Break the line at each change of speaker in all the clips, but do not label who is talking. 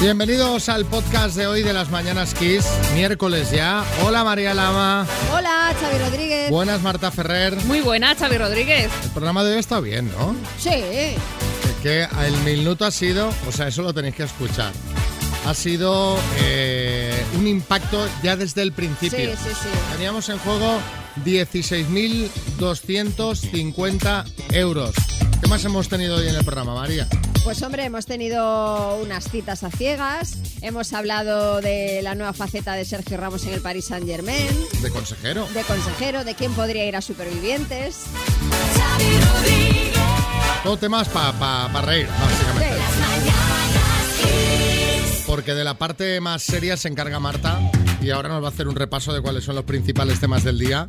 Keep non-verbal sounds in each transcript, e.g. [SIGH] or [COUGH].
Bienvenidos al podcast de hoy de las Mañanas Kiss, miércoles ya. Hola María Lama.
Hola, Xavi Rodríguez.
Buenas Marta Ferrer.
Muy buena, Xavi Rodríguez.
El programa de hoy está bien, ¿no?
Sí.
Que el minuto ha sido, o sea, eso lo tenéis que escuchar. Ha sido eh, un impacto ya desde el principio.
Sí, sí, sí.
Teníamos en juego 16.250 euros. ¿Qué más hemos tenido hoy en el programa, María?
Pues hombre, hemos tenido unas citas a ciegas, hemos hablado de la nueva faceta de Sergio Ramos en el Paris Saint Germain,
De consejero.
de consejero, de quién podría ir a supervivientes.
Todo temas para reír, básicamente. Porque de la parte más seria se encarga Marta y ahora nos va a hacer un repaso de cuáles son los principales temas del día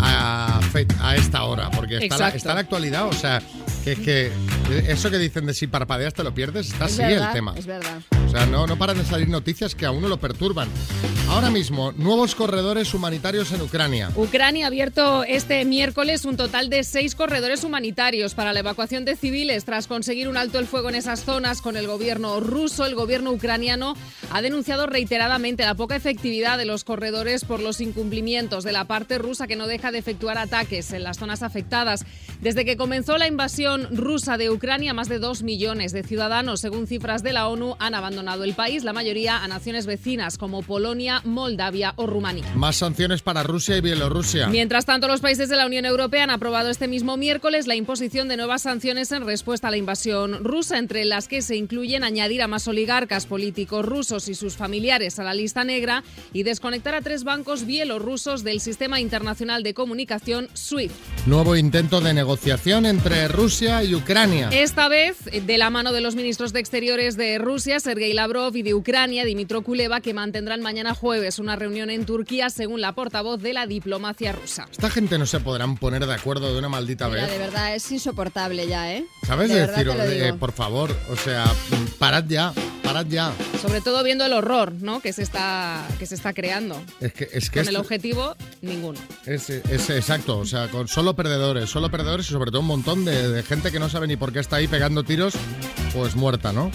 a, fe- a esta hora. Porque está la,
Exacto.
está la actualidad, o sea, que es que eso que dicen de si parpadeas te lo pierdes, está
es
así
verdad,
el tema.
Es verdad.
O sea, no, no paran de salir noticias que a uno lo perturban. Ahora mismo, nuevos corredores humanitarios en Ucrania.
Ucrania ha abierto este miércoles un total de seis corredores humanitarios para la evacuación de civiles tras conseguir un alto el fuego en esas zonas con el gobierno ruso. El gobierno ucraniano ha denunciado reiteradamente la poca efectividad de los corredores por los incumplimientos de la parte rusa que no deja de efectuar ataques en las zonas afectadas. Desde que comenzó la invasión rusa de Ucrania, más de dos millones de ciudadanos, según cifras de la ONU, han abandonado el país, la mayoría a naciones vecinas como Polonia, Moldavia o Rumanía.
Más sanciones para Rusia y Bielorrusia.
Mientras tanto, los países de la Unión Europea han aprobado este mismo miércoles la imposición de nuevas sanciones en respuesta a la invasión rusa, entre las que se incluyen añadir a más oligarcas políticos rusos y sus familiares a la lista negra y desconectar a tres bancos bielorrusos del sistema internacional de comunicación SWIFT.
Nuevo intento de negociación entre Rusia y Ucrania.
Esta vez, eh, de la mano de los ministros de Exteriores de Rusia, Sergei Lavrov, y de Ucrania, Dimitro Kuleva, que mantendrán mañana jueves una reunión en Turquía, según la portavoz de la diplomacia rusa.
Esta gente no se podrán poner de acuerdo de una maldita
Mira,
vez.
de verdad es insoportable ya, ¿eh?
¿Sabes?
De
Es
verdad
decir,
te lo
eh,
digo.
por favor, o sea, mm, parad ya, parad ya.
Sobre todo viendo el horror ¿no? que, se está, que se está creando.
Es que es que
Con el
esto-
objetivo, ninguno.
es, es exacto, o sea, con solo perdedores, solo perdedores y sobre todo un montón de, de gente que no sabe ni por qué está ahí pegando tiros, pues muerta, ¿no?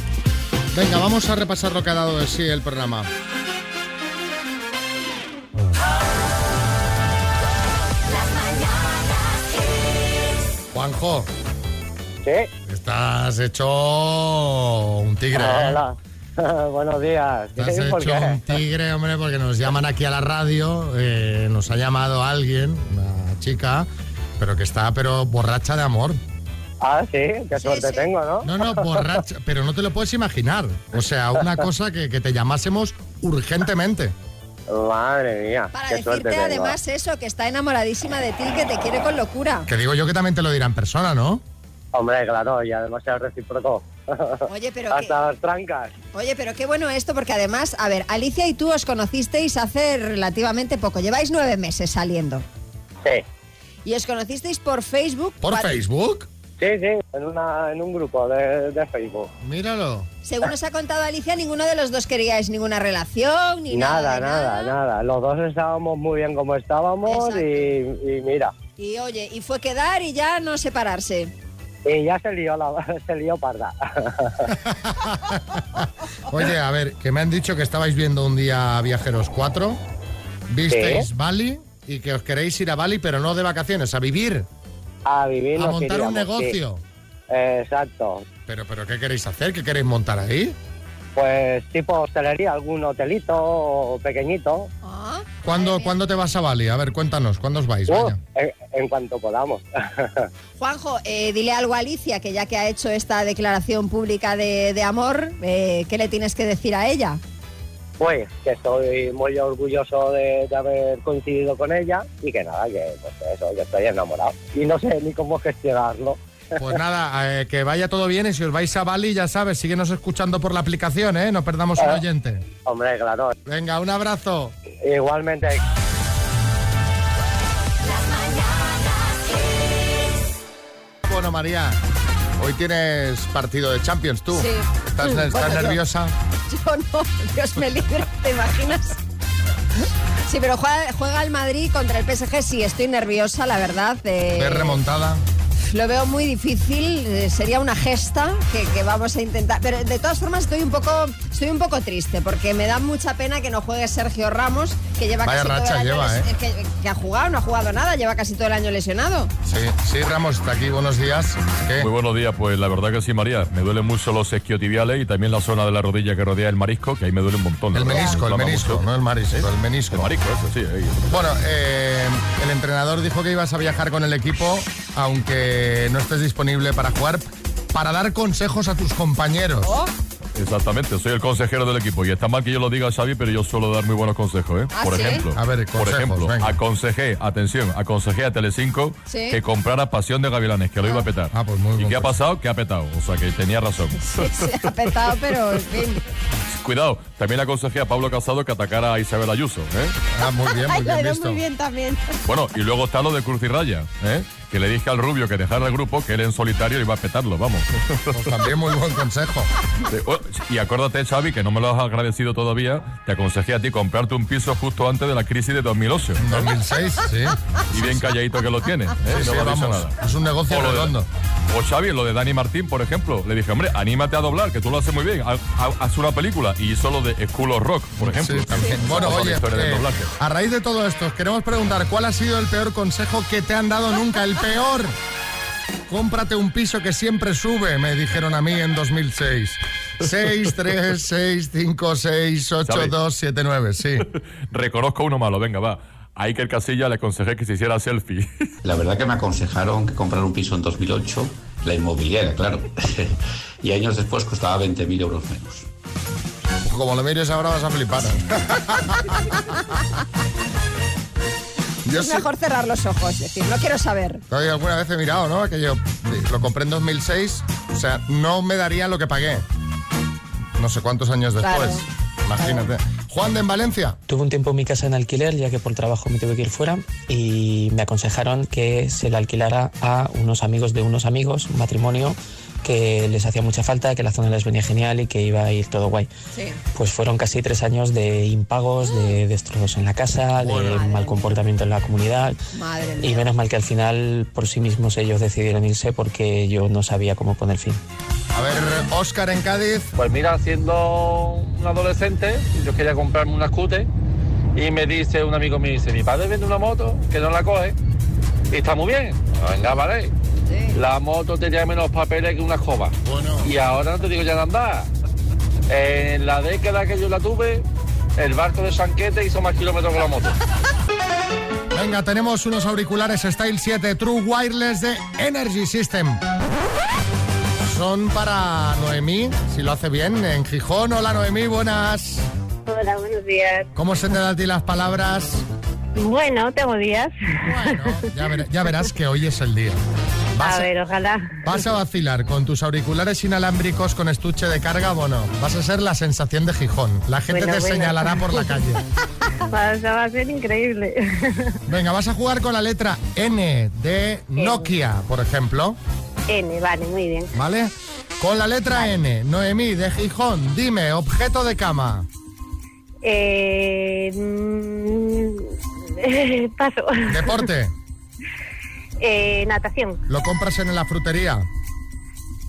Venga, vamos a repasar lo que ha dado de sí el programa. Juanjo,
Sí.
estás hecho un tigre. ¿eh?
Hola. [LAUGHS] Buenos días.
Te has
Sí, [LAUGHS] ¿por
hecho
qué?
un tigre, hombre, porque nos llaman aquí a la radio, eh, nos ha llamado alguien, una chica, pero que está pero borracha de amor.
Ah, sí, qué suerte
sí.
tengo, ¿no?
No, no, borracha, pero no te lo puedes imaginar. O sea, una cosa que, que te llamásemos urgentemente.
Madre mía,
Para
qué suerte
decirte
tengo.
además eso, que está enamoradísima de ti, que te quiere con locura.
Que digo yo que también te lo dirá en persona, ¿no?
Hombre, claro, y además sea recíproco. [LAUGHS]
Oye, pero qué,
Hasta las trancas.
oye, pero qué bueno esto, porque además, a ver, Alicia y tú os conocisteis hace relativamente poco. Lleváis nueve meses saliendo.
Sí.
Y os conocisteis por Facebook.
¿Por
cua-
Facebook?
Sí, sí, en, una, en un grupo de, de Facebook.
Míralo.
Según os ha contado Alicia, ninguno de los dos queríais ninguna relación ni nada.
Nada, nada,
de
nada. Los dos estábamos muy bien como estábamos y, y mira.
Y oye, y fue quedar y ya no separarse.
Y Eh, ya se lió, la, [LAUGHS] se lió parda.
Oye, a ver, que me han dicho que estabais viendo un día Viajeros 4, visteis Bali y que os queréis ir a Bali, pero no de vacaciones, a vivir,
A vivir
a
nos
montar un
iríamos, sí.
negocio.
Exacto.
Pero, pero, ¿qué queréis hacer? ¿Qué queréis montar ahí?
Pues tipo hostelería, algún hotelito pequeñito.
Ah,
¿Cuándo,
madre mía.
¿Cuándo te vas a Bali? A ver, cuéntanos, ¿cuándo os vais?
Uh,
Vaya.
en, en cuanto
[LAUGHS]
podamos.
Juanjo, eh, dile algo a Alicia, que ya que ha hecho esta declaración pública de, de amor, eh, ¿qué le tienes que decir a ella? [LAUGHS]
Pues que estoy muy orgulloso de, de haber coincidido con ella y que nada, que pues eso, yo estoy enamorado. Y no sé ni cómo gestionarlo.
Pues nada, eh, que vaya todo bien y si os vais a Bali, ya sabes, síguenos escuchando por la aplicación, ¿eh? No perdamos un
Ah.
oyente.
Hombre, claro,
Venga, un abrazo.
igualmente.
Bueno, María, hoy tienes partido de Champions, tú.
Sí.
¿Estás,
Mm,
estás
bueno, yo-
nerviosa?
Yo no, Dios me libre, ¿te imaginas? Sí, pero juega, juega el Madrid contra el PSG, sí, estoy nerviosa, la verdad. eh. de-
¿Ves remontada?
Lo veo muy difícil, eh, sería una gesta que, que vamos a intentar. Pero de todas formas estoy un poco, estoy un poco triste porque me da mucha pena que no juegue Sergio Ramos, que lleva
Vaya
casi todo el
racha
año
lleva,
les-
¿eh?
eh, que, que ha jugado, no ha jugado nada, lleva casi todo el año
[LAUGHS]
lesionado. [LAUGHS]
Sí, sí, Ramos está aquí, buenos días. ¿Qué?
Muy buenos días, pues la verdad que sí, María. Me duelen mucho los esquiotibiales y también la zona de la rodilla que rodea el marisco, que ahí me duele un montón. la
El
verdad,
menisco, el
me inflama
menisco,
mucho.
no el marisco,
¿Eh?
el menisco.
El marisco, eso sí. ahí.
Bueno, eh, el entrenador dijo que ibas a viajar con el equipo, aunque no estés disponible para jugar, para dar consejos a tus compañeros.
Oh,
Exactamente, soy el consejero del equipo y está mal que yo lo diga Xavi, pero yo suelo dar muy buenos consejos, ¿eh?
¿Ah,
por
sí?
ejemplo,
A ver,
por
consejos,
ejemplo,
venga.
aconsejé, atención, aconsejé a Telecinco
Sí.
que comprara Pasión de Gavilanes, que lo iba a petar.
Ah, pues muy
¿Y
buen
qué ha
consejo.
pasado? Que ha petado, o sea que tenía razón.
se ha petado, pero
[LAUGHS]
en fin.
Cuidado, también aconsejé a Pablo Casado que atacara a Isabel Ayuso, ¿eh?
Ah, muy bien, muy
Ay, lo
bien
veo
visto.
muy bien también.
Bueno, y luego está lo de Cruz y Raya, ¿eh? que le dije al rubio que dejara el grupo, que él en solitario iba a petarlo, vamos.
Pues también muy buen
[LAUGHS]
consejo.
Eh, oh, y acuérdate, Xavi, que no me lo has agradecido todavía, te aconsejé a ti comprarte un piso justo antes de la crisis de 2008.
En
¿eh?
2006, sí.
Y bien calladito que lo tiene, ¿eh?
Sí,
no
sí,
me ha dicho
vamos,
nada.
es un negocio
O lo de-
redondo.
O Xavi, lo de Dani Martín, por ejemplo, le dije, hombre, anímate a doblar, que tú lo haces muy bien, haz, haz- haz una película. Y hizo lo de School of Rock, por ejemplo.
Sí, también. Bueno,
Otra
oye,
historia del
eh,
doblaje.
a raíz de todo esto, os queremos preguntar cuál ha sido el peor consejo que te han dado nunca, el peor. Cómprate un piso que siempre sube, me dijeron a mí en 2006. 6, 3, 6, 5, 6, 8,
¿Sabes?
2, 7, 9, sí.
[LAUGHS] Reconozco uno malo, venga, va. A Iker Casilla le aconsejé que se hiciera selfie.
La verdad que me aconsejaron que comprar un piso en 2008, la inmobiliaria,
[LAUGHS]
claro. y años después costaba 20.000 euros menos.
Como lo mires ahora vas a flipar. Yo
Es
sí-
mejor cerrar los ojos, es decir, no quiero saber.
Oye, alguna vez he mirado, ¿no? Aquello, sí, lo compré en 2006, o sea, no me daría lo que pagué. No sé cuántos años después.
Claro.
Imagínate. Juan de en Valencia.
Tuve un tiempo en mi casa en alquiler, ya que por trabajo me tuve que ir fuera, y me aconsejaron que se la alquilara a unos amigos de unos amigos, un matrimonio que les hacía mucha falta, que la zona les venía genial y que iba a ir todo guay.
Sí.
Pues fueron casi tres años de impagos, de destrozos en la casa, de mal comportamiento en la comunidad.
Madre
Y
mía.
menos mal que al final por sí mismos ellos decidieron irse porque yo no sabía cómo poner fin.
A ver, Óscar en Cádiz.
Pues mira, siendo un adolescente, yo quería comprarme una scooter y me dice un amigo mío, dice, mi padre vende una moto que no la coge y está muy bien. Pues Venga, vale.
Sí.
La moto tenía menos papeles que una escoba.
Bueno.
Y ahora no te digo ya de andar. En la década que yo la tuve, el barco de Sanquete hizo más kilómetros que la moto.
Venga, tenemos unos auriculares Style 7 True Wireless de Energy System. Son para Noemí, si lo hace bien, en Gijón. Hola Noemí, buenas.
Hola, buenos días.
¿Cómo se te dan a ti las palabras?
Bueno, tengo días.
Bueno, ya, ver- ya verás que hoy es el día. Vas
A ver, ojalá.
¿Vas a vacilar con tus auriculares inalámbricos con estuche de carga o no? Vas a ser la sensación de Gijón. La gente
Bueno,
te
bueno.
señalará por la calle.
[LAUGHS] Va, va a ser increíble. [LAUGHS]
Venga, vas a jugar con la letra N
[LAUGHS]
de Nokia, por ejemplo,
N, vale, muy bien.
¿vale? Con la letra N, Noemí de Gijón, dime, objeto de cama.
Eh, mm, [LAUGHS] paso.
Deporte,
[LAUGHS] Eh, natación.
lo compras en la frutería.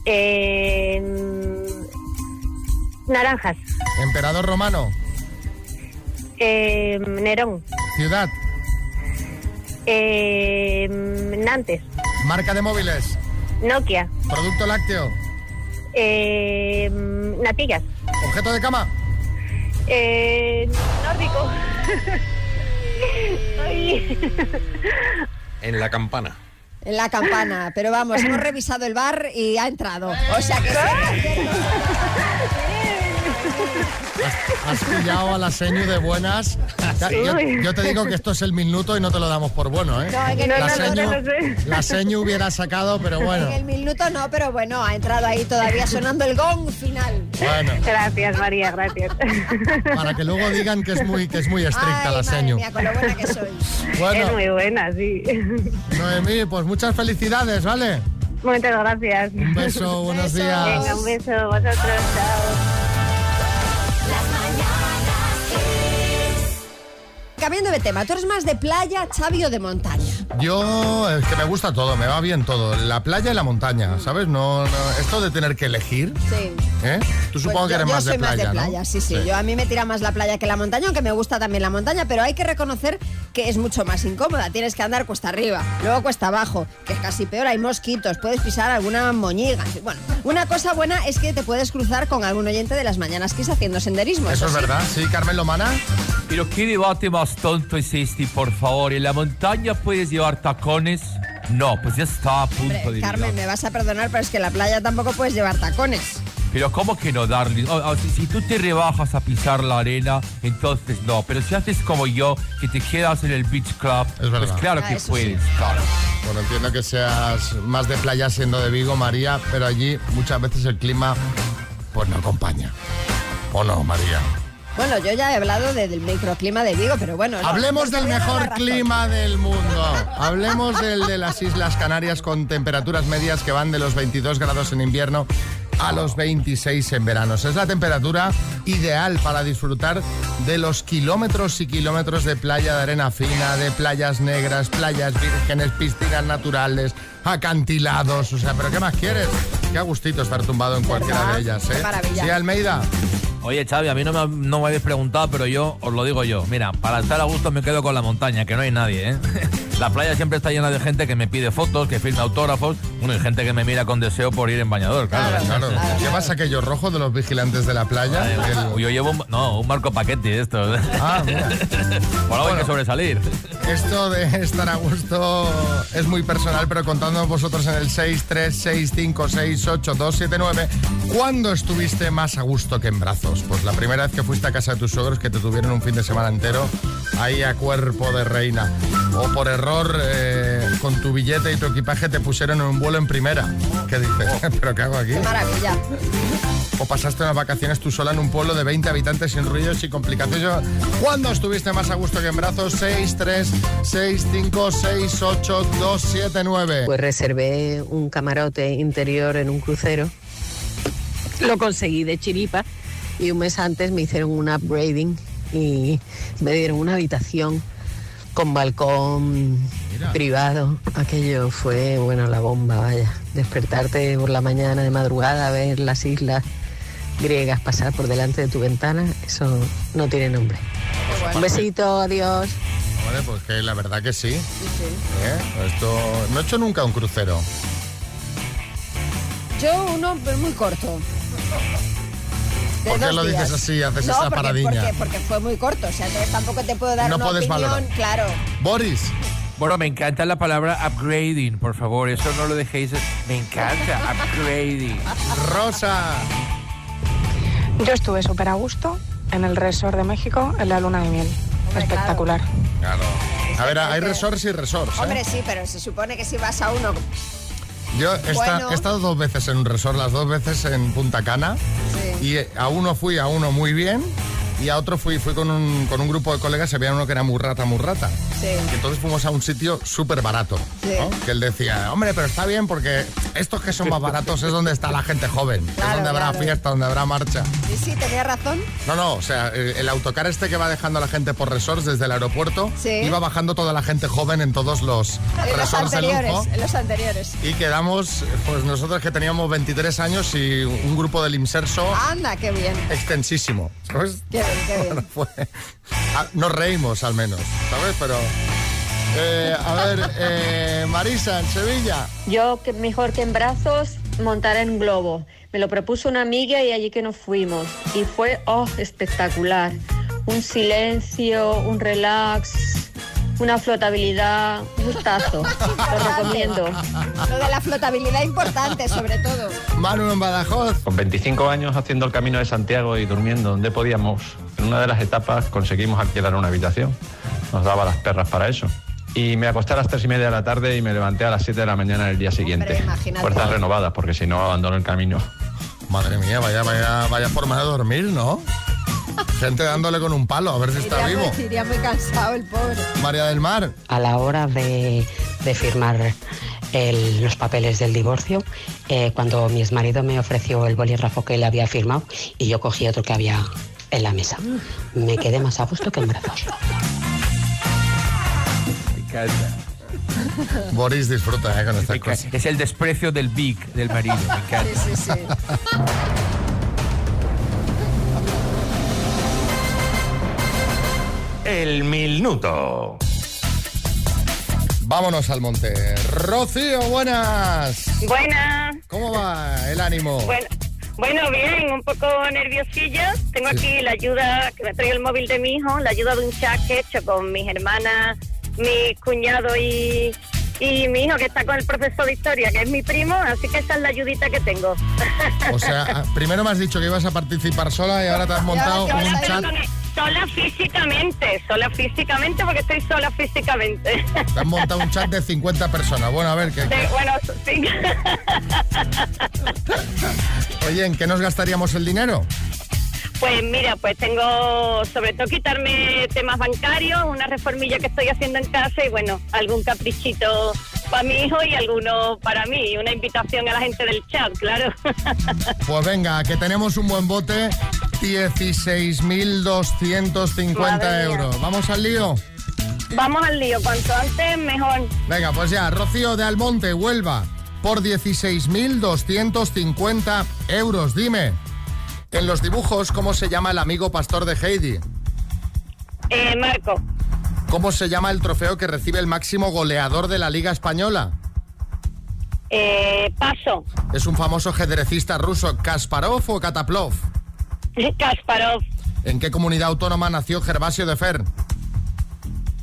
Eh, mm, naranjas.
Emperador romano,
Eh, Nerón.
ciudad,
Eh, mm, Nantes.
marca de móviles,
Nokia.
producto lácteo,
Eh, mm, natillas.
objeto de cama.
Eh, nórdico. [LAUGHS] Ay.
En la campana.
En la campana, pero vamos, hemos revisado el bar y ha entrado. O sea que sí.
Has pillado a la señu de buenas. Ya, Yo, yo te digo que esto es el minuto y no te lo damos por bueno, ¿eh?
No, en el,
No,
La
no,
minuto-
señu,
no sé.
la señu hubiera sacado, pero bueno.
en [LAUGHS] el minuto no, pero bueno, ha entrado ahí todavía sonando el gong final.
Bueno,
Gracias, María, gracias.
para que luego digan que es muy, que es muy estricta
Ay,
la
madre
señu.
mía, con lo buena que soy.
[LAUGHS]
Es
Bueno,
muy buena, sí. [LAUGHS]
Noemí, pues muchas felicidades, ¿vale?
Muchas gracias.
Un beso, buenos
Besos.
días.
Venga, un beso a vosotros. Chao.
[LAUGHS] cambiando de tema, ¿tú eres más de playa, Xavi, o de montaña?
Yo, eh, es que me gusta todo, me va bien todo. La playa y la montaña, ¿sabes? No, no, esto de tener que elegir,
Sí.
¿eh? Tú supongo
Pues
que
yo-
eres
yo
más de,
soy
playa,
más de
¿no?
playa, sí, sí,
Sí.
Yo a mí me tira más la playa que la montaña, aunque me gusta también la montaña, pero hay que reconocer que es mucho más incómoda. Tienes que andar cuesta arriba, luego cuesta abajo, que es casi peor. Hay mosquitos, puedes pisar alguna moñiga. Bueno, una cosa buena es que te puedes cruzar con algún oyente de las mañanas que es haciendo senderismo.
Eso es
sí.
verdad, sí, Carmen Lomana.
Pero qué debate más tonto es este, por favor. ¿En la montaña puedes llevar tacones? No, pues ya está a punto de
Hombre, Carmen,
mirar.
me vas a perdonar, pero es que en la playa tampoco puedes llevar tacones.
Pero ¿cómo que no, darling? Oh, oh, si, si tú te rebajas a pisar la arena, entonces no. Pero si haces como yo, que te quedas en el beach club, pues claro
Ah,
que
eso sí.
puedes, claro.
Bueno, entiendo que seas más de playa siendo de Vigo, María, pero allí muchas veces el clima pues no acompaña. ¿O no, María?
Bueno, yo ya he hablado de- del microclima de Vigo, pero bueno. no,
Hablemos
te
del
voy a dar la
mejor
razón.
clima del mundo. Hablemos del de las Islas Canarias con temperaturas medias que van de los 22 grados en invierno a los 26 en verano. Es la temperatura ideal para disfrutar de los kilómetros y kilómetros de playa de arena fina, de playas negras, playas vírgenes, piscinas naturales, acantilados. O sea, ¿pero qué más quieres? Qué a gustito estar tumbado en cualquiera de ellas, ¿eh?
Qué maravilla.
Sí, Almeida.
Oye, Xavi, a mí no me, no me habéis preguntado, pero yo os lo digo yo. Mira, para estar a gusto me quedo con la montaña, que no hay nadie, ¿eh? [LAUGHS] La playa siempre está llena de gente que me pide fotos, que firma autógrafos, bueno, y gente que me mira con deseo por ir en bañador, claro.
Claro, ¿llevas aquello rojo de los vigilantes de la playa? El-
Yo llevo un, no, un marco paquete de estos. [LAUGHS]
Ah, mira.
Por algo hay que sobresalir.
Esto de estar a gusto es muy personal, pero contándonos vosotros en el 636568279, ¿cuándo estuviste más a gusto que en brazos? Pues la primera vez que fuiste a casa de tus suegros, que te tuvieron un fin de semana entero ahí a cuerpo de reina. O por error, eh, con tu billete y tu equipaje te pusieron en un vuelo en primera. ¿Qué dices? [LAUGHS] ¿Pero qué hago aquí?
Oh. Qué maravilla.
O pasaste unas vacaciones tú sola en un pueblo de 20 habitantes sin ruidos y complicaciones. ¿Cuándo estuviste más a gusto que en brazos? 6, 3, 6, 5, 6, 8, 2, 7, 9.
Pues reservé un camarote interior en un crucero. Lo conseguí de chiripa y un mes antes me hicieron un upgrading y me dieron una habitación con balcón privado. Aquello fue, bueno, la bomba, vaya. Despertarte por la mañana de madrugada, ver las islas griegas pasar por delante de tu ventana, eso no tiene nombre. Un besito, adiós.
Vale, pues que la verdad que sí. ¿Eh? Esto... No he hecho nunca un crucero.
Yo uno pero muy corto. De
¿Por qué
dos
lo dices
días.
así? Haces
no,
esa
porque,
paradiña.
Porque, porque fue muy corto, o sea, entonces tampoco te puedo dar
No
una
puedes
opinión,
valorar.
claro.
Boris.
Bueno, me encanta la palabra upgrading, por favor. Eso no lo dejéis. Me encanta, upgrading.
Rosa.
Yo estuve súper a gusto en el Resort de México en la luna de miel. Espectacular.
Claro. A ver, hay resorts y resorts. ¿eh?
Hombre, sí, pero se supone que si vas a uno.
Yo he, esta-
Bueno.
he estado dos veces en un resort, las dos veces en Punta Cana. Y eh, a uno fui, a uno muy bien. Y a otro fui, fui con un, con un grupo de colegas, había uno que era muy rata, muy rata. Y entonces fuimos a un sitio súper barato.
Sí.
¿no? Que él decía, hombre, pero está bien porque estos que son más baratos es donde está la gente joven.
Claro,
es donde habrá
claro.
fiesta, donde habrá marcha.
Sí, sí, tenía razón.
No, no, o sea, el, el autocar este que va dejando a la gente por resorts desde el aeropuerto,
Sí.
iba bajando toda la gente joven en todos los
En los
resorts de lujo.
anteriores, en los anteriores.
Y quedamos, pues nosotros que teníamos 23 años y un grupo del inserso
Anda, qué bien.
extensísimo, ¿sabes?
Qué bien, qué bien.
Bueno, fue- Ah, Nos reímos al menos, ¿sabes? Pero... eh, a ver, eh, Marisa, en Sevilla.
Yo que mejor que en brazos montar en globo. Me lo propuso una amiga y allí que nos fuimos. Y fue oh, espectacular. Un silencio, un relax, una flotabilidad, un gustazo. Lo recomiendo.
Lo de la flotabilidad importante, sobre todo.
Manu en Badajoz.
Con 25 años haciendo el camino de Santiago y durmiendo donde podíamos, en una de las etapas conseguimos alquilar una habitación. Nos daba las perras para eso. Y me acosté a las 3 y media de la tarde y me levanté a las 7 de la mañana del día siguiente.
imagínate.
Fuerzas renovadas, porque si no abandono el camino.
Madre mía, vaya, vaya, vaya forma de dormir, ¿no? Gente dándole con un palo, a ver si está
Iría
vivo.
muy- iría muy cansado el pobre.
María del Mar.
a la hora de, de firmar el- los papeles del divorcio, eh, cuando mi exmarido me ofreció el bolígrafo que él había firmado
[LAUGHS]
y yo cogí otro que había en la mesa. Me quedé más a gusto que en brazos.
encanta.
Boris disfruta eh, con estas cosas.
Es el desprecio del big, del marido.
[LAUGHS]
Me encanta.
Sí, sí, sí.
El minuto. Vámonos al monte. Rocío, buenas.
Buenas.
¿Cómo va el ánimo?
Bueno, bueno, bien, un poco nerviosilla. Tengo aquí la ayuda que me ha traído el móvil de mi hijo, la ayuda de un chat que he hecho con mis hermanas, mi cuñado y, y mi hijo que está con el profesor de historia, que es mi primo, así que esa es la ayudita que tengo.
O
[LAUGHS]
sea, ah, primero me has dicho que ibas a participar sola y ahora te has montado un
Sola, pero
chat.
con- sola físicamente, sola físicamente porque estoy sola físicamente.
Te has montado un chat de 50 personas. Bueno, a ver, que,
De- [LAUGHS] bueno, sí.
oye, ¿en qué nos gastaríamos el dinero?
Pues mira, pues tengo sobre todo quitarme temas bancarios, una reformilla que estoy haciendo en casa y bueno, algún caprichito para mi hijo y alguno para mí, y una invitación a la gente del chat, claro.
Pues venga, que tenemos un buen bote. 16.250
Madre mía.
euros. ¿Vamos al lío?
Vamos al lío, cuanto antes mejor.
Venga, pues ya, Rocío de Almonte, Huelva, por 16.250 euros. Dime, en los dibujos, ¿cómo se llama el amigo pastor de Heidi?
Eh, Marco,
¿Cómo se llama el trofeo que recibe el máximo goleador de la Liga Española?
eh, paso.
¿Es un famoso ajedrecista ruso Kasparov o Kataplov?
[LAUGHS] Kasparov,
¿En qué comunidad autónoma nació Gervasio de Fer?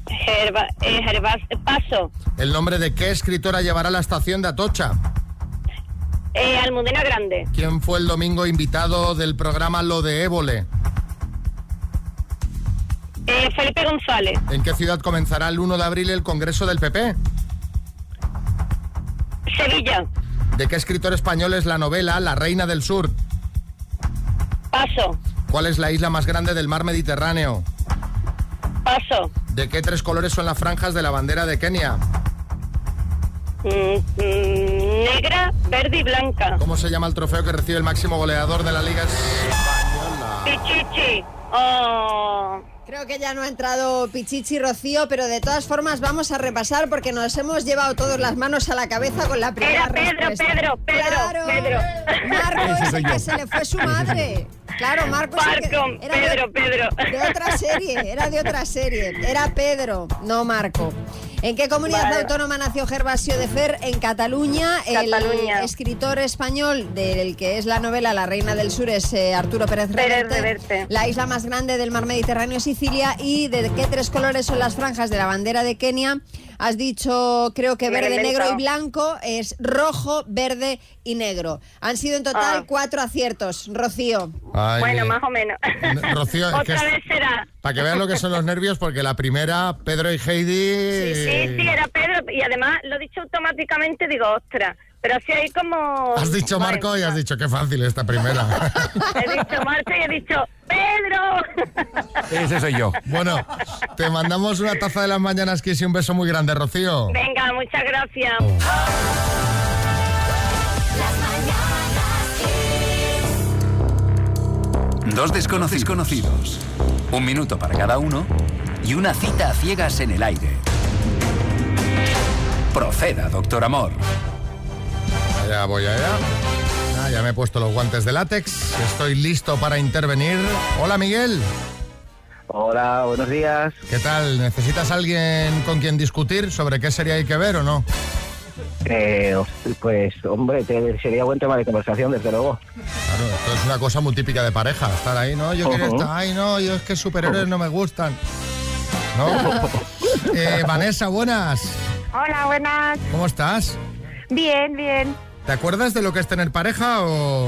Gerva, eh, Gervas- paso.
¿El nombre de qué escritora llevará la estación de Atocha?
Eh, Almudena Grande,
¿Quién fue el domingo invitado del programa Lo de Évole?
eh, Felipe González,
¿En qué ciudad comenzará el 1 de abril el Congreso del PP?
Sevilla,
¿De qué escritor español es la novela La Reina del Sur?
paso,
¿Cuál es la isla más grande del mar Mediterráneo?
paso.
¿De qué tres colores son las franjas de la bandera de Kenia?
Mm, mm, negra, verde y blanca.
¿Cómo se llama el trofeo que recibe el máximo goleador de la Liga Española?
Pichichi. Oh.
Creo que ya no ha entrado Pichichi Rocío, pero de todas formas vamos a repasar porque nos hemos llevado todas las manos a la cabeza con la primera
Era Pedro,
respuesta.
Pedro, Pedro,
Claro,
Pedro.
Marco
Ese
es
soy
el
yo.
que se le fue su madre. Claro, Marco es el que-
Marco,
de-
Pedro, Pedro.
De otra serie, era de otra serie. Era Pedro, no Marco. ¿En qué comunidad
Vale.
autónoma nació Gervasio de Fer? En Cataluña.
Cataluña.
El escritor español del que es la novela La Reina del Sur es eh, Arturo Pérez
Pérez
Reverte.
Reverte.
La isla más grande del mar Mediterráneo es Sicilia. ¿Y de qué tres colores son las franjas de la bandera de Kenia? Has dicho, creo que
Me lo he
verde, negro y
inventado.
blanco es rojo, verde y negro. Han sido en total
Ah.
cuatro aciertos. Rocío.
Ay, eh,
Bueno, más o menos.
Rocío, es que
Otra
es-
vez será.
Para que veas lo que son los nervios, porque la primera, Pedro y Heidi...
Sí, sí, era Pedro. Y además lo he dicho automáticamente, digo, ostras. Pero así ahí como.
Has dicho
Vale,
Marco y has dicho qué fácil esta primera.
He dicho Marco y he dicho Pedro.
Ese soy yo. Bueno, te mandamos una taza de las mañanas, Kiss, y un beso muy grande, Rocío.
Venga, muchas gracias.
Oh.
Dos desconocidos conocidos, un minuto para cada uno y una cita a ciegas en el aire. Proceda, doctor Amor.
Ya voy allá. Ah, ya me he puesto los guantes de látex. Estoy listo para intervenir. Hola, Miguel.
Hola, buenos días.
¿Qué tal? ¿Necesitas alguien con quien discutir sobre qué sería hay que ver o no?
Eh, host- pues, hombre, te- sería buen tema de conversación, desde luego.
Claro, esto es una cosa muy típica de pareja, estar ahí, ¿no? Yo quiero
Ujú.
estar ahí, no, yo es que superhéroes no me gustan. ¿No?
[LAUGHS]
Eh, Vanessa, buenas.
Hola, buenas.
¿Cómo estás?
Bien, bien.
¿Te acuerdas de lo que es tener pareja o,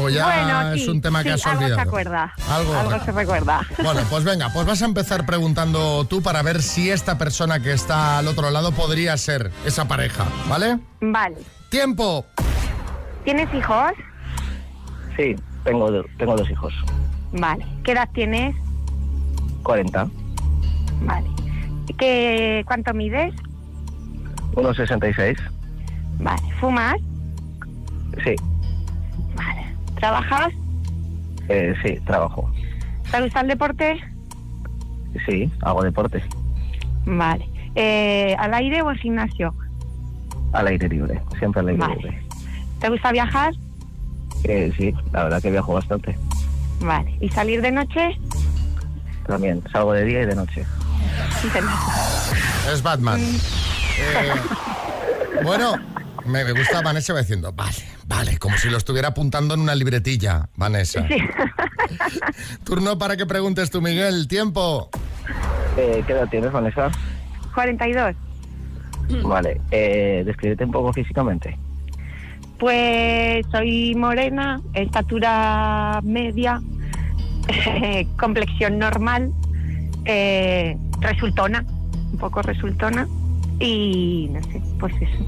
o ya
bueno,
es
sí,
un tema que
sí,
has
algo
olvidado?
se acuerda.
Algo-
se recuerda.
Bueno, pues venga, pues vas a empezar preguntando tú para ver si esta persona que está al otro lado podría ser esa pareja, ¿vale?
Vale.
Tiempo.
¿Tienes hijos?
Sí, tengo, do- tengo dos hijos.
Vale. ¿Qué edad tienes?
40,
Vale. ¿Qué, ¿Cuánto mides?
unos 66.
Vale. ¿Fumas?
Sí,
¿Trabajas?
eh, sí, trabajo.
¿Te gusta el deporte?
Sí, hago deporte.
Vale. Eh, ¿Al aire o al gimnasio?
Al aire libre, siempre al aire
Vale.
libre.
¿Te gusta viajar?
Eh, sí, la verdad que viajo bastante.
Vale. ¿Y salir de noche? [LAUGHS]
También salgo de día y de noche.
De noche.
Es Batman.
[LAUGHS]
Eh, bueno, me, me gusta Vanessa va diciendo, vale, vale, como si lo estuviera apuntando en una libretilla, Vanessa. Turno para que preguntes tú, Miguel. Tiempo.
Eh, ¿Qué edad tienes, Vanessa?
42.
Vale, eh, descríbete un poco físicamente.
Pues soy morena, estatura media, [LAUGHS] complexión normal, eh, resultona, un poco resultona y no sé, pues eso.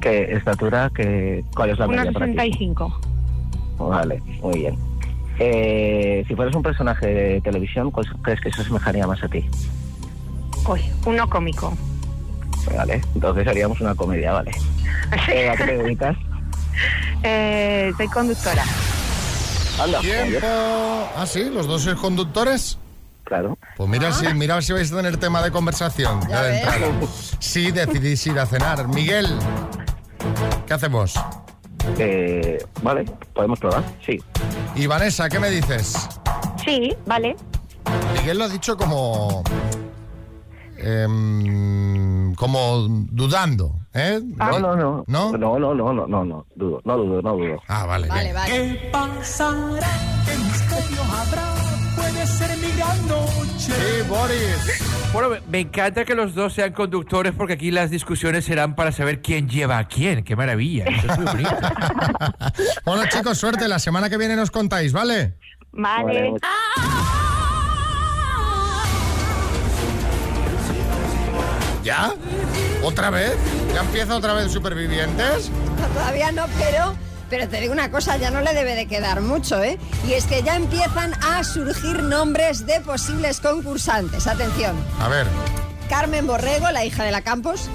¿Qué estatura? que ¿Cuál es la media para ti?
1,65.
Vale, muy bien. Eh, si fueras un personaje de televisión, ¿cuál crees que se asemejaría más a ti?
Uy, uno cómico.
Vale, entonces haríamos una comedia, vale. Eh,
[LAUGHS]
¿A qué te dedicas?
Eh, soy conductora.
Tiempo. Ah, sí, los dos sois conductores.
Claro.
Pues mira, si, mira si vais a tener tema de conversación. Ya, de entrada. Sí, decidís ir a cenar. Miguel, ¿qué hacemos?
Eh, vale, podemos probar, sí.
Y Vanessa, ¿qué me dices?
Sí, vale.
Miguel lo ha dicho como. em, como dudando, ¿eh?
No, Ah, no, no. No, no, no, no, no, no, no, dudo, no dudo, no dudo.
Ah, vale,
vale.
¿Qué pasará? ¿Qué misterio habrá? Puede ser mi gran noche.
Sí, Boris.
Bueno, me- me encanta que los dos sean conductores porque aquí las discusiones serán para saber quién lleva a quién. ¡Qué maravilla! Eso es muy bonito.
Bueno, chicos, suerte. La semana que viene nos contáis, ¿vale?
Vale.
¿Ya? ¿Otra vez? ¿Ya empieza otra vez Supervivientes?
Todavía no, pero, pero te digo una cosa, ya no le debe de quedar mucho, ¿eh? Y es que ya empiezan a surgir nombres de posibles concursantes. Atención.
A ver.
Carmen Borrego, la hija de la Campos.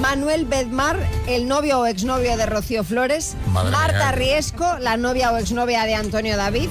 Manuel Bedmar, el novio o exnovio de Rocío Flores.
Madre
Marta
mía.
Riesco, la novia o exnovia de Antonio David.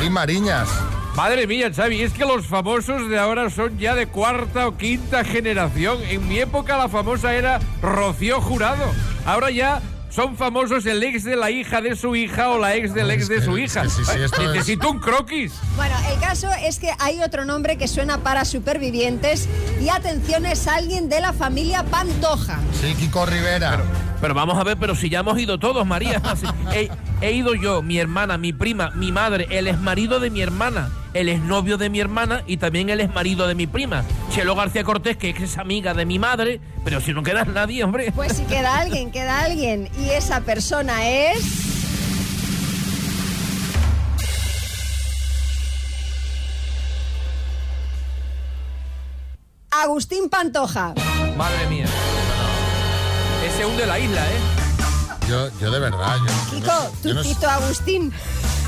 Sí, Mariñas.
Madre mía, Xavi, es que los famosos de ahora son ya de cuarta o quinta generación. En mi época la famosa era Rocío Jurado. Ahora ya son famosos el ex de la hija de su hija o la ex del ex de su hija. Ay,
esto es-
Necesito un croquis.
Bueno, el caso es que hay otro nombre que suena para supervivientes y atención es alguien de la familia Pantoja.
Sí, Kiko Rivera. Pero,
pero vamos a ver, pero si ya hemos ido todos, María. Si-
[LAUGHS]
He, he ido yo, mi hermana, mi prima, mi madre, el exmarido de mi hermana, el exnovio de mi hermana y también el exmarido de mi prima. Chelo García Cortés, que es amiga de mi madre, pero si no queda nadie, hombre.
Pues si queda alguien, queda alguien y esa persona es... Agustín Pantoja.
Madre mía. Ese hunde la isla, ¿eh?
Yo, yo de verdad, yo.
Kiko, tu Tito Agustín.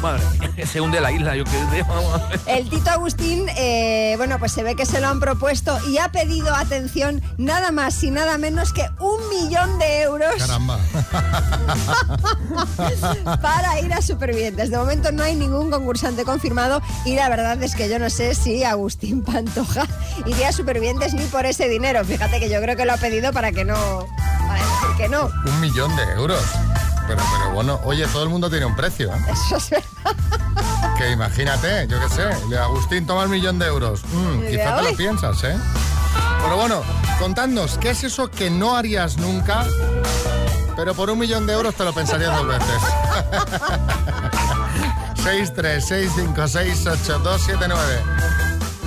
Madre, se hunde la isla, yo que vamos a ver.
El Tito Agustín, eh, bueno, pues se ve que se lo han propuesto y ha pedido atención nada más y nada menos que un millón de euros.
Caramba.
[LAUGHS]
[LAUGHS]
para ir a Supervivientes. De momento no hay ningún concursante confirmado y la verdad es que yo no sé si Agustín Pantoja [LAUGHS] iría a Supervivientes ni por ese dinero. Fíjate que yo creo que lo ha pedido para que no... para decir que no. [LAUGHS]
Un millón de euros. Pero, pero bueno, oye, todo el mundo tiene un precio. ¿eh?
Eso es verdad.
Que imagínate, yo qué sé, le Agustín toma el millón de euros. Mm,
Muy
quizá te
bien.
lo piensas, ¿eh? Pero bueno, contadnos, ¿qué es eso que no harías nunca? Pero por un millón de euros te lo pensarías dos veces. [LAUGHS] 636568279.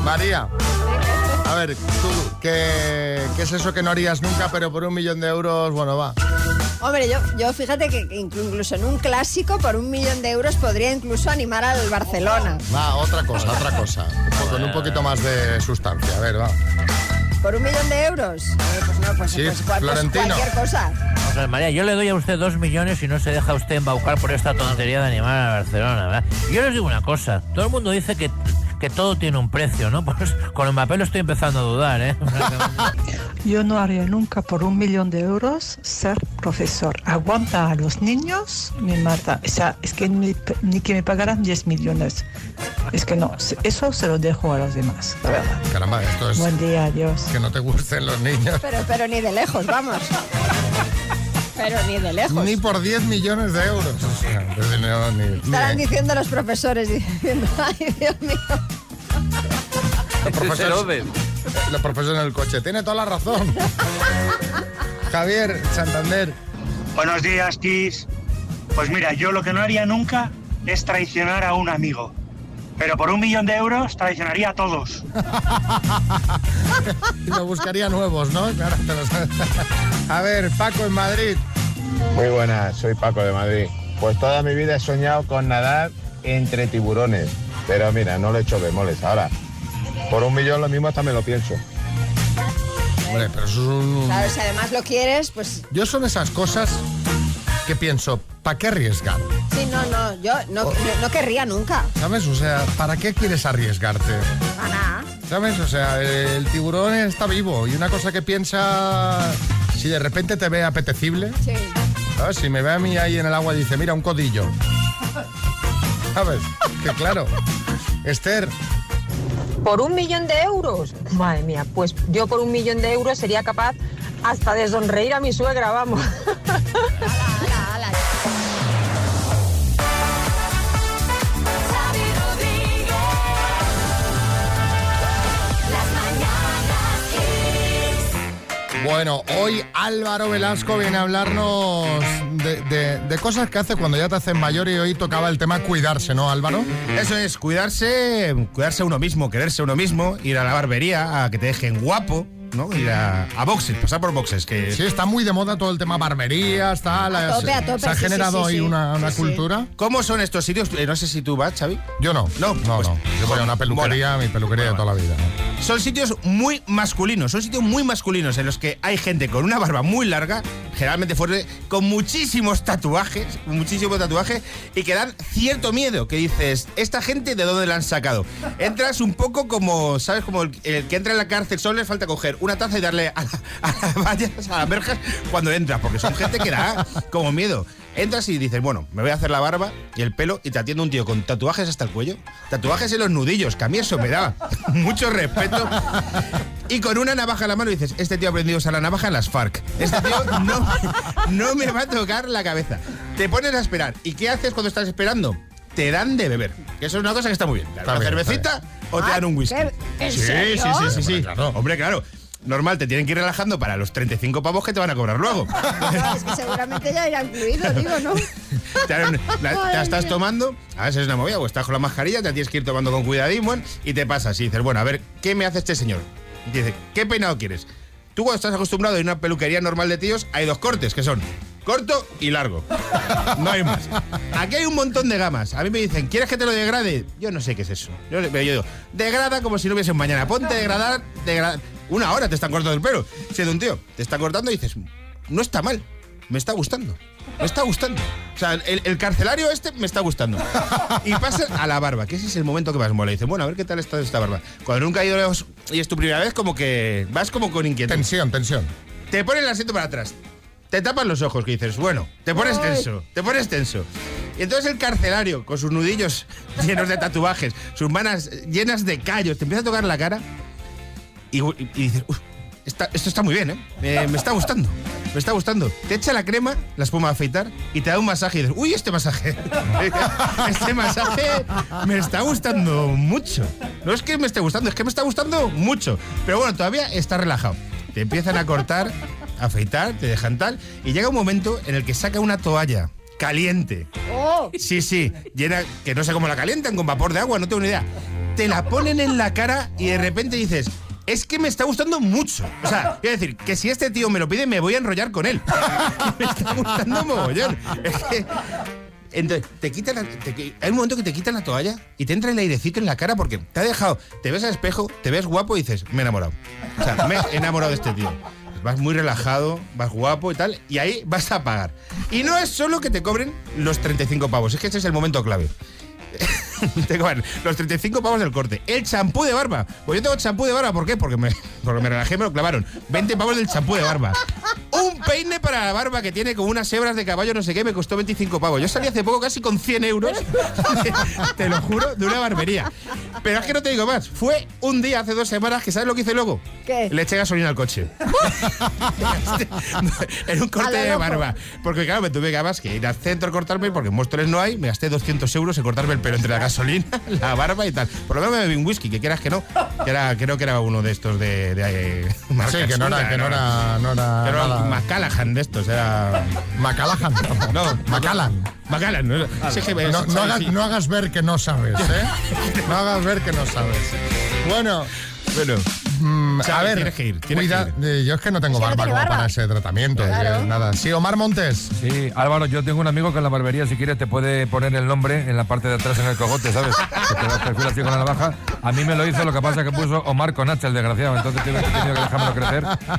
María, a ver, tú, ¿qué, ¿qué es eso que no harías nunca, pero por un millón de euros, bueno, va?
Hombre, yo, yo fíjate que inclu- incluso en un clásico por un millón de euros podría incluso animar al Barcelona.
Va, otra cosa, otra cosa. Un poco- con un poquito más de sustancia, a ver, va.
¿Por un millón de euros? Eh, pues no, pues,
Sí,
pues cual- pues
Florentino. [LAUGHS]
cualquier cosa.
Vamos a ver, María, yo le doy a usted dos millones y no se deja usted embaucar por esta tontería de animar a Barcelona, ¿verdad? Yo les digo una cosa, todo el mundo dice que, que todo tiene un precio, ¿no? [LAUGHS] Pues con Mbappé lo estoy empezando a dudar, ¿eh?
[LAUGHS]
Yo no haría nunca por un millón de euros ser profesor. Aguanta a los niños, me mata. O sea, es que ni, ni que me pagaran 10 millones. Es que no, se- eso se lo dejo a los demás. la verdad.
Caramba, esto es.
Buen día, adiós.
Que no te gusten los niños.
Pero, pero ni de lejos, vamos. Pero ni de lejos.
Ni por 10 millones de euros. O sea, desde luego, ni-
[LAUGHS]
Estarán
ni-
diciendo los profesores, diciendo, [LAUGHS] ay, Dios mío.
Los profesores, los profesores en el coche. Tiene toda
[LAUGHS]
la razón. Javier, Santander. [LAUGHS]
Buenos días, Kiss. Pues mira, yo lo que no haría nunca es traicionar a un amigo. Pero por un millón de euros traicionaría a todos.
Y me buscaría nuevos, ¿no? Claro, te los- [LAUGHS] A ver, Paco en Madrid.
Muy buenas, soy Paco de Madrid. Pues toda mi vida he soñado con nadar entre tiburones, pero mira, no le echo bemoles ahora. Por un millón lo mismo hasta me lo pienso.
Hombre, pero eso es un...
Claro, si además lo quieres, pues
Mm. Yo son esas cosas que pienso, ¿para qué arriesgar?
sí, no, no, yo
Oh.
no, no- no
[LAUGHS]
querría nunca.
¿Sabes? O sea, ¿para qué quieres arriesgarte? ¿Sabes? O sea, el tiburón está vivo y una cosa que piensa, si de repente te ve apetecible, ¿sabes? Si me ve a mí ahí en el agua y dice, mira, un codillo. ¿Sabes? Que claro. Esther,
¿Por un millón de euros? Madre mía, pues yo por un millón de euros sería capaz hasta de sonreír a mi suegra, vamos.
bueno, hoy Álvaro Velasco viene a hablarnos de, de- de cosas que hace cuando ya te hacen mayor y hoy tocaba el tema cuidarse, ¿no, Álvaro?
Eso es, cuidarse, cuidarse uno mismo, quererse uno mismo, ir a la barbería, a que te dejen guapo, ¿no? Ir a, a boxes, pasar por boxes, que...
Sí, está muy de moda todo el tema barberías, tal.
A
eh,
tope,
se-
a tope,
Se ha
sí, sí,
generado
sí,
ahí
sí.
una, una
Sí, sí.
cultura.
¿Cómo son estos sitios? Eh, no sé si tú vas, Xavi.
Yo no.
No, pues,
No, no. Yo voy a una peluquería, mi peluquería de toda la vida. ¿no?
Son sitios muy masculinos, son sitios muy masculinos en los que hay gente con una barba muy larga, generalmente fuerte, con muchísimos tatuajes, muchísimos tatuajes, y que dan cierto miedo, que dices, ¿esta gente de dónde la han sacado? Entras un poco como, ¿sabes? Como el, el que entra en la cárcel, solo le falta coger una taza y darle a, la- [LAUGHS] a las vallas, a las verjas, cuando entras, porque son gente que da como miedo. Entras y dices, bueno, me voy a hacer la barba y el pelo y te atiende un tío con tatuajes hasta el cuello, tatuajes en los nudillos, que a mí eso me da [LAUGHS] mucho respeto. Y con una navaja en la mano dices, este tío ha aprendido a usar la navaja en las FARC. Este tío no, no me va a tocar la cabeza. Te pones a esperar. ¿Y qué haces cuando estás esperando? Te dan de beber. Que eso es una cosa que está muy bien. Te dan
Está
una
bien,
cervecita o te dan un whisky.
Ah, ¿en
sí,
serio?
sí, sí, sí, sí. Hombre, claro. Normal, te tienen que ir relajando para los 35 pavos que te van a cobrar luego.
Es que seguramente ya irá incluido, digo,
[LAUGHS]
¿no?
te, harán- la- te
Madre
la estás
mía.
tomando, a veces es una movida, o estás con la mascarilla, te la tienes que ir tomando con cuidadín, bueno, y te pasas y dices, bueno, a ver, ¿qué me hace este señor? Y te dice, ¿qué peinado quieres? Tú cuando estás acostumbrado a ir a una peluquería normal de tíos, hay dos cortes, que son corto y largo. No hay más. Aquí hay un montón de gamas. A mí me dicen, ¿quieres que te lo degrade? Yo no sé qué es eso. Yo, pero yo digo, degrada como si no hubiese un mañana. Ponte a degradar, degradar. Una hora te están cortando el pelo. Siendo un tío, te está cortando y dices, no está mal, me está gustando. Me está gustando. O sea, el, el carcelario este me está gustando. Y pasa a la barba, que ese es el momento que más mola. Dices, bueno, a ver qué tal está esta barba. Cuando nunca he ido lejos y es tu primera vez, como que vas como con inquietud.
Tensión, tensión.
Te ponen el asiento para atrás. Te tapas los ojos, que dices, bueno, te pones
Ay.
tenso, te pones tenso. Y entonces el carcelario, con sus nudillos [LAUGHS] llenos de tatuajes, sus manos llenas de callos, te empieza a tocar la cara y, y dices, "Uf, está- esto está muy bien, ¿eh? Eh, me está gustando, me está gustando. Te echa la crema, la espuma de afeitar y te da un masaje y dices, uy, este masaje, [LAUGHS] este masaje me está gustando mucho. No es que me esté gustando, es que me está gustando mucho. Pero bueno, todavía está relajado. Te empiezan a cortar, a afeitar, te dejan tal y llega un momento en el que saca una toalla caliente. Sí, sí, llena, que no sé cómo la calientan, con vapor de agua, no tengo ni idea. Te la ponen en la cara y de repente dices, es que me está gustando mucho. O sea, quiero decir, que si este tío me lo pide, me voy a enrollar con él. [LAUGHS] me está gustando mogollón. Es que- entonces, te quitan la- te qui- hay un momento que te quitan la toalla y te entra el airecito en la cara porque te ha dejado, te ves al espejo, te ves guapo y dices, me he enamorado. O sea, me he enamorado de este tío. Vas muy relajado, vas guapo y tal, y ahí vas a pagar. Y no es solo que te cobren los 35 pavos, es que ese es el momento clave. [LAUGHS] te cobran los 35 pavos del corte. El champú de barba. Pues yo tengo champú de barba, ¿por qué? Porque me, porque me relajé, me lo clavaron. 20 pavos del champú de barba. Un peine para la barba que tiene como unas hebras de caballo, no sé qué, me costó 25 pavos. Yo salí hace poco casi con 100 euros, [LAUGHS] te lo juro, de una barbería. Pero es que no te digo más. Fue un día hace dos semanas que ¿sabes lo que hice luego?
¿Qué?
Le eché gasolina al coche. [LAUGHS] en un corte
A lo
de
loco.
barba. Porque claro, me tuve que además que ir al centro a cortarme, porque en Móstoles no hay, me gasté 200 euros en cortarme el pelo entre la gasolina, [LAUGHS] la barba y tal. Por lo menos me bebí un whisky, que quieras que no, que era, creo que era uno de estos de... de, eh, marca
Sí, que no era-
chunga,
que no era- no era
Que era
nada.
un Macallaghan de estos, era...
Macallaghan, no.
[LAUGHS] No,
Macallan.
Macallan, no, Sí, es que me-
No, no hagas, no hagas ver que no sabes, ¿eh? No hagas ver que no sabes. Bueno. mm,
Bueno.
a
Xavi,
ver,
tienes que ir, tienes
cuida- eh, yo es que no tengo
Es que no
barba
tiene
como
barba.
para ese tratamiento. así que
Claro.
eh, nada. Sí, Omar Montes.
Sí, Álvaro, yo tengo un amigo que en la barbería, si quieres, te puede poner el nombre en la parte de atrás en el cogote, ¿sabes? Que te lo perfila así con la navaja. A mí me lo hizo, lo que pasa es que puso Omar con H, el desgraciado. Entonces tuve- he tenido que dejármelo crecer.
[LAUGHS]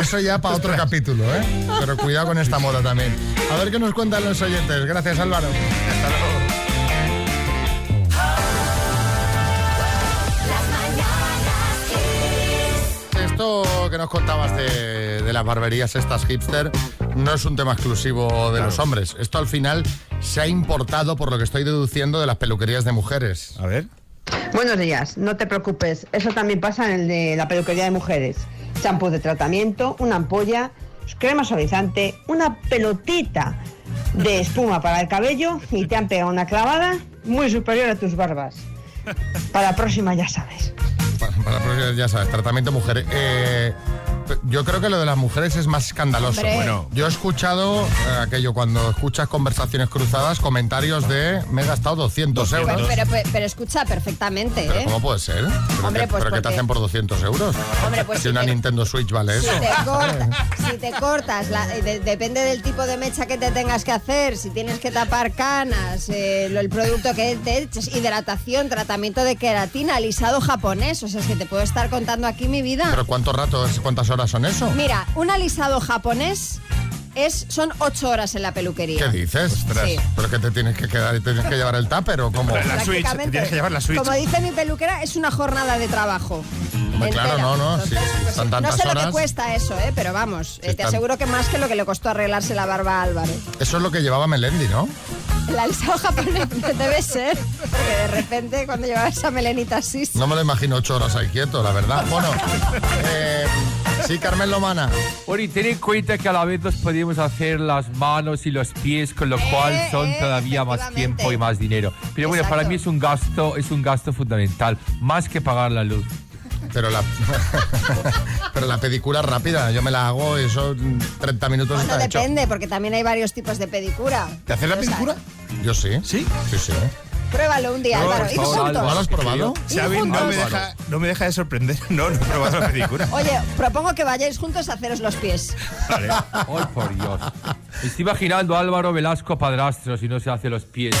Eso ya para otro capítulo, ¿eh? Pero cuidado con esta moda también. A ver qué nos cuentan los oyentes. Gracias, Álvaro. Esto que nos contabas de, de las barberías estas hipster no es un tema exclusivo de los hombres. Esto al final se ha importado, por lo que estoy deduciendo, de las peluquerías de mujeres.
A ver.
[LAUGHS] Buenos días, no te preocupes, eso también pasa en el de la peluquería de mujeres. Champú de tratamiento, una ampolla, crema suavizante, una pelotita de espuma para el cabello y te han pegado una clavada muy superior a tus barbas. Para la próxima ya sabes.
Para, para la próxima, ya sabes, tratamiento mujer. Eh, pe- yo creo que lo de las mujeres es más escandaloso.
Hombre.
Bueno, yo he escuchado eh, aquello cuando escuchas conversaciones cruzadas, comentarios de me he gastado 200, euros.
Pero, pero- pero escucha perfectamente,
Pero
¿eh?
¿Cómo puede ser? ¿Pero,
Hombre,
qué,
pues
pero qué te
porque-
hacen por 200 euros?
Hombre, pues
si
sí,
una Nintendo Switch vale
Si
eso.
te, corta- si te cortas, la- eh, de- depende del tipo de mecha que te tengas que hacer, si tienes que tapar canas, eh, lo- el producto que te eches, hidratación, tratamiento de queratina, alisado japonés, o sea, es que te puedo estar contando aquí mi vida.
¿Pero cuánto rato, es- cuántas horas son eso?
Mira, un alisado japonés es, son ocho horas en la peluquería.
¿Qué dices?
Sí.
¿Pero que te tienes que quedar y te tienes que llevar el tupper o cómo?
La Switch, te tienes que llevar la Switch.
Como dice mi peluquera, es una jornada de trabajo.
Hombre, claro,
entera.
no, no, sí, sí, son
No
tantas
sé lo
horas.
que cuesta eso, ¿eh? pero vamos, eh, te
están-
aseguro que más que lo que le costó arreglarse la barba a Álvaro.
Eso es lo que llevaba Melendi, ¿no?
El alisado [LAUGHS] japonés debe ser, porque de repente cuando llevaba esa melenita así...
No me lo imagino ocho horas ahí quieto, la verdad. Bueno, eh, sí, Carmen Lomana.
Ori, ten en cuenta que a la vez nos podemos hacer las manos y los pies, con lo cual son todavía más tiempo y más dinero. Pero bueno, para mí es un gasto, es un gasto fundamental, más que pagar la luz.
Pero la, [LAUGHS] pero la pedicura es rápida, yo me la hago y son 30 minutos
No
está hecho.
depende, porque también hay varios tipos de pedicura.
¿Te haces la pedicura? Yo sí. ¿Sí? Sí, sí.
Pruébalo un día, Álvaro. Y
¿No
juntos.
lo has probado?
Xavi, no me, deja, no me deja de sorprender. [LAUGHS] No, no he probado la película.
Oye, propongo que vayáis juntos a haceros los pies. [LAUGHS]
Vale. Ay, por Dios. Me estoy imaginando a Álvaro Velasco padrastro si no se hace los pies.